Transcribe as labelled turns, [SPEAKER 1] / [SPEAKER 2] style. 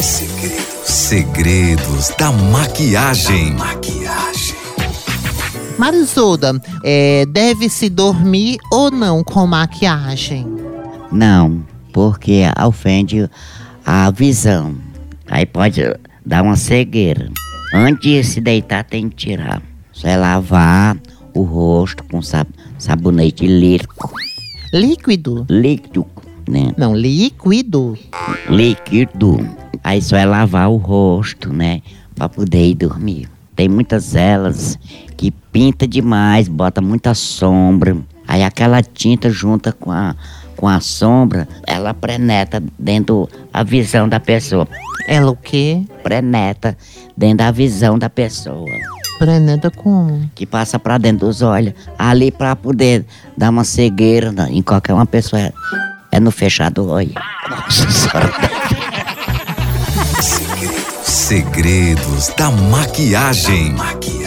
[SPEAKER 1] Segredos. Segredos da maquiagem. Da maquiagem.
[SPEAKER 2] Marisolda, é, deve-se dormir ou não com maquiagem?
[SPEAKER 3] Não, porque ofende a visão. Aí pode dar uma cegueira. Antes de se deitar, tem que tirar. Só é lavar o rosto com sab sabonete líquido.
[SPEAKER 2] Líquido?
[SPEAKER 3] Líquido, né?
[SPEAKER 2] Não, líquido.
[SPEAKER 3] Líquido. Aí só é lavar o rosto, né? Pra poder ir dormir. Tem muitas elas que pinta demais, bota muita sombra. Aí aquela tinta junta com a, com a sombra, ela preneta dentro da visão da pessoa.
[SPEAKER 2] Ela o quê?
[SPEAKER 3] Preneta dentro da visão da pessoa.
[SPEAKER 2] Preneta como?
[SPEAKER 3] Que passa pra dentro dos olhos. Ali pra poder dar uma cegueira né, em qualquer uma pessoa. É, é no fechado olho. Nossa senhora.
[SPEAKER 1] Segredos, segredos da maquiagem. Da maquiagem.